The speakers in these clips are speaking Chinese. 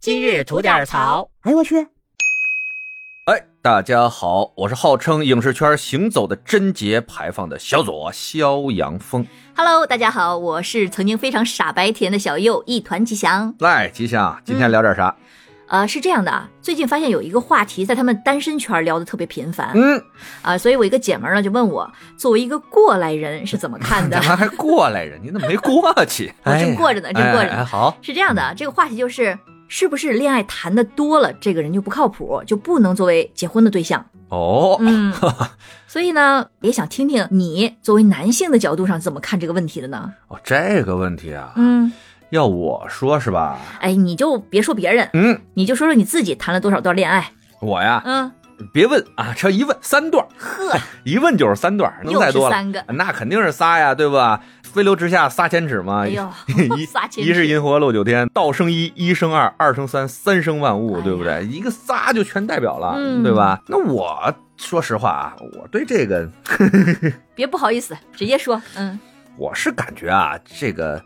今日吐点槽。哎我去，哎，大家好，我是号称影视圈行走的贞节牌坊的小左肖阳峰。 Hello，大家好，我是曾经非常傻白甜的小右，一团吉祥。来，吉祥，今天聊点啥？呃，是这样的啊，最近发现有一个话题在他们单身圈聊得特别频繁啊、嗯， 所以我一个姐们儿呢就问我，作为一个过来人是怎么看 的咱？们还过来人，你怎么没过去？ 我正哎呀过着呢正过着呢哎哎好，是这样的啊，这个话题就是，是不是恋爱谈的多了，这个人就不靠谱，就不能作为结婚的对象？哦，嗯， 所以呢，也想听听你作为男性的角度上怎么看这个问题的呢？哦，这个问题啊，嗯，要我说是吧？哎，你就别说别人，嗯，你就说说你自己谈了多少段恋爱？我呀，嗯。别问啊，这一问三段，呵， 一问就是三段，能又再是多了？三个那肯定是仨呀，对吧？飞流直下三千尺嘛，哎呦 一仨千尺一是银河落九天，道生一，一生二，二生三，三生万哎物，呀对不对？一个仨就全代表了，嗯对吧？那我说实话啊，我对这个别不好意思，直接说，嗯我是感觉啊，这个，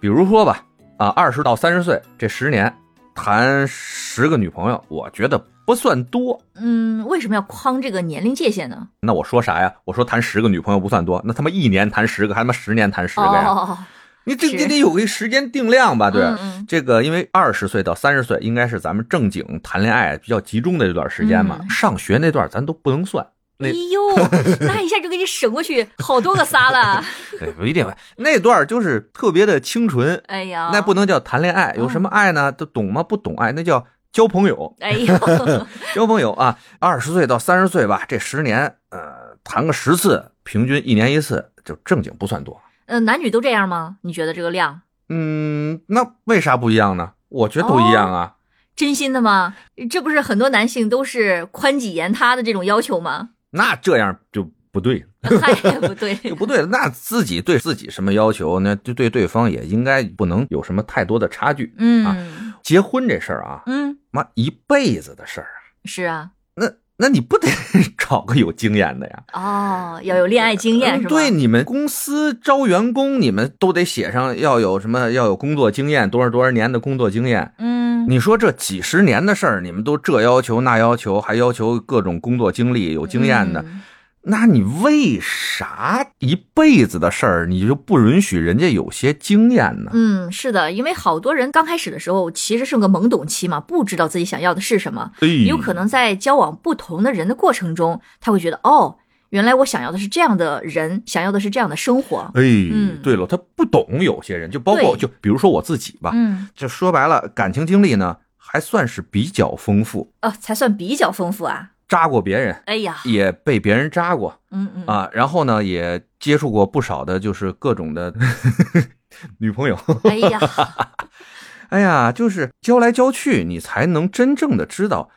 比如说吧，啊，二十到三十岁这十年，谈十个女朋友，我觉得不算多。嗯，为什么要框这个年龄界限呢？那我说啥呀？我说谈十个女朋友不算多，那他妈一年谈十个，还他妈十年谈十个呀？哦，你这是你得有个时间定量吧？对，嗯嗯这个因为二十岁到三十岁应该是咱们正经谈恋爱比较集中的这段时间嘛，嗯上学那段咱都不能算。哎那呦， 那一下就给你省过去好多个仨 了。对，不一定，那段就是特别的清纯，哎呀，那不，能叫谈恋爱，有什么爱呢？都懂吗？不懂爱，那叫交朋友，哎呦， 交朋友啊！二十岁到三十岁吧，这十年，呃，谈个十次，平均一年一次，就正经不算多。呃，男女都这样吗？你觉得这个量嗯，那为啥不一样呢？我觉得都一样啊。真心的吗？这不是很多男性都是宽己严他的这种要求吗？ 那这样就不对，嗨，不对，就不对了。那自己对自己什么要求呢？就对对方也应该不能有什么太多的差距。嗯结婚这事儿啊，嗯，妈一辈子的事儿啊，是啊，那那你不得 找个有经验的呀？哦，要有恋爱经验嗯是吧？对，你们公司招员工，你们都得写上要有什么要有工作经验，多少多少年的工作经验。嗯，你说这几十年的事儿，你们都这要求那要求，还要求各种工作经历、有经验的，嗯那你为啥一辈子的事儿你就不允许人家有些经验呢？嗯，是的，因为好多人刚开始的时候其实是个懵懂期嘛，不知道自己想要的是什么，哎嗯有可能在交往不同的人的过程中，他会觉得哦，原来我想要的是这样的人，想要的是这样的生活。哎，嗯对了，他不懂有些人，就包括对就比如说我自己吧，嗯，就说白了，感情经历呢还算是比较丰富，哦，才算比较丰富啊。扎过别人，哎呀，也被别人扎过，嗯嗯，啊，然后呢，也接触过不少的，就是各种 的女朋友。哎呀，哎呀，就是交来交去，你才能真正的知道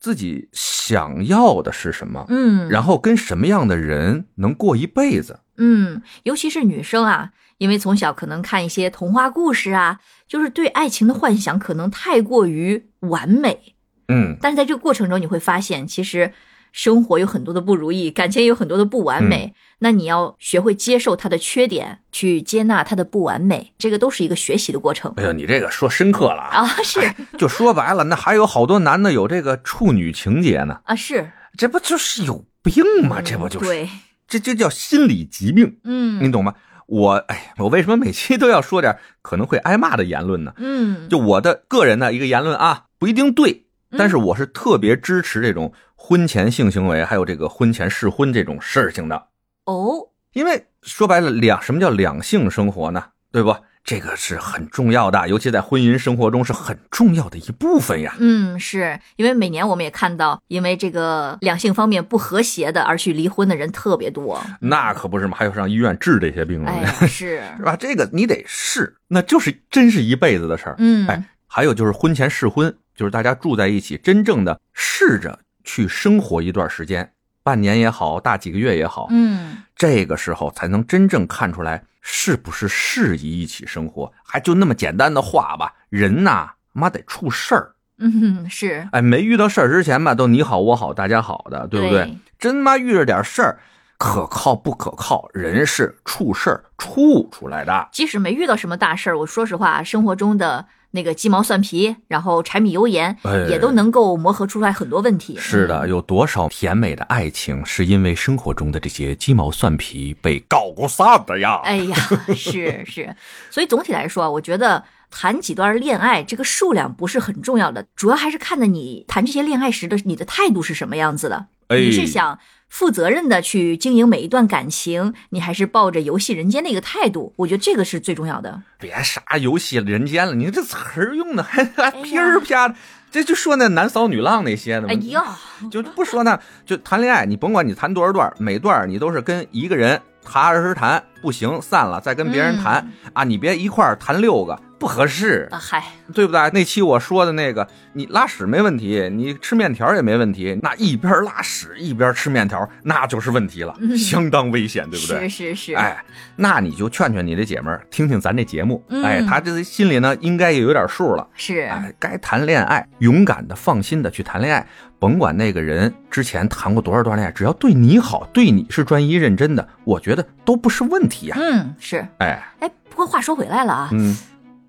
自己想要的是什么，嗯，然后跟什么样的人能过一辈子。嗯，尤其是女生啊，因为从小可能看一些童话故事啊，就是对爱情的幻想可能太过于完美，嗯，但是在这个过程中，你会发现，其实生活有很多的不如意，感情也有很多的不完美。嗯那你要学会接受它的缺点，去接纳它的不完美，这个都是一个学习的过程。哎呀，你这个说深刻了啊！啊，是就说白了，那还有好多男的有这个处女情节呢，啊，是这不就是有病吗？这不就是、嗯对，这就叫心理疾病，你嗯懂吗？我哎，我为什么每期都要说点可能会挨骂的言论呢？嗯，就我的个人的一个言论啊，不一定对，嗯但是我是特别支持这种婚前性行为，还有这个婚前试婚这种事情的，哦，因为说白了，两什么叫两性生活呢？对不？这个是很重要的，尤其在婚姻生活中是很重要的一部分 呀。嗯，是因为每年我们也看到，因为这个两性方面不和谐的而去离婚的人特别多。那可不是嘛，还有上医院治这些病人，哎，是 是，吧？这个你得试，那就是真是一辈子的事儿。嗯，哎还有就是婚前试婚，就是大家住在一起，真正的试着去生活一段时间，半年也好，大几个月也好，嗯，这个时候才能真正看出来是不是适宜一起生活。还就那么简单的话吧，人呐，妈得处事儿。嗯，是，哎，没遇到事儿之前吧，都你好我好大家好的，对不对？对真妈遇着点事儿，可靠不可靠，人是处事儿处出来的。啊即使没遇到什么大事儿，我说实话，生活中的那个鸡毛蒜皮，然后柴米油盐，哎也都能够磨合出来很多问题。是的，有多少甜美的爱情是因为生活中的这些鸡毛蒜皮被搞过散的呀？哎呀，是是，所以总体来说，我觉得谈几段恋爱这个数量不是很重要的，主要还是看的你谈这些恋爱时的你的态度是什么样子的。哎你是想负责任的去经营每一段感情，你还是抱着游戏人间的一个态度？我觉得这个是最重要的。别啥游戏人间了，你这词儿用的还还哎呀噼儿啪的，这就说那男骚女浪那些呢。哎呀， 就不说那，就谈恋爱，你甭管你谈多少段儿，每段儿你都是跟一个人踏实谈，不行散了再跟别人谈、啊，你别一块儿谈六个，不合适，嗯啊嗨，对不对？那期我说的那个，你拉屎没问题，你吃面条也没问题，那一边拉屎一边吃面条，那就是问题了，嗯相当危险，对不对？是是是，哎，那你就劝劝你的姐们儿，听听咱这节目，嗯哎，她这心里呢应该也有点数了。是，哎，该谈恋爱，勇敢的、放心的去谈恋爱，甭管那个人之前谈过多少段恋爱，只要对你好，对你是专一认真的，我觉得都不是问题呀、嗯是。哎，哎，不过话说回来了啊，嗯，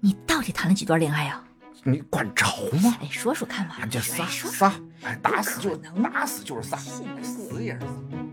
你到底谈了几段恋爱呀、你管着吗？哎，说说看吧，这仨哎说说仨，哎，打死就是不可能打死就是仨，信哎死也是仨。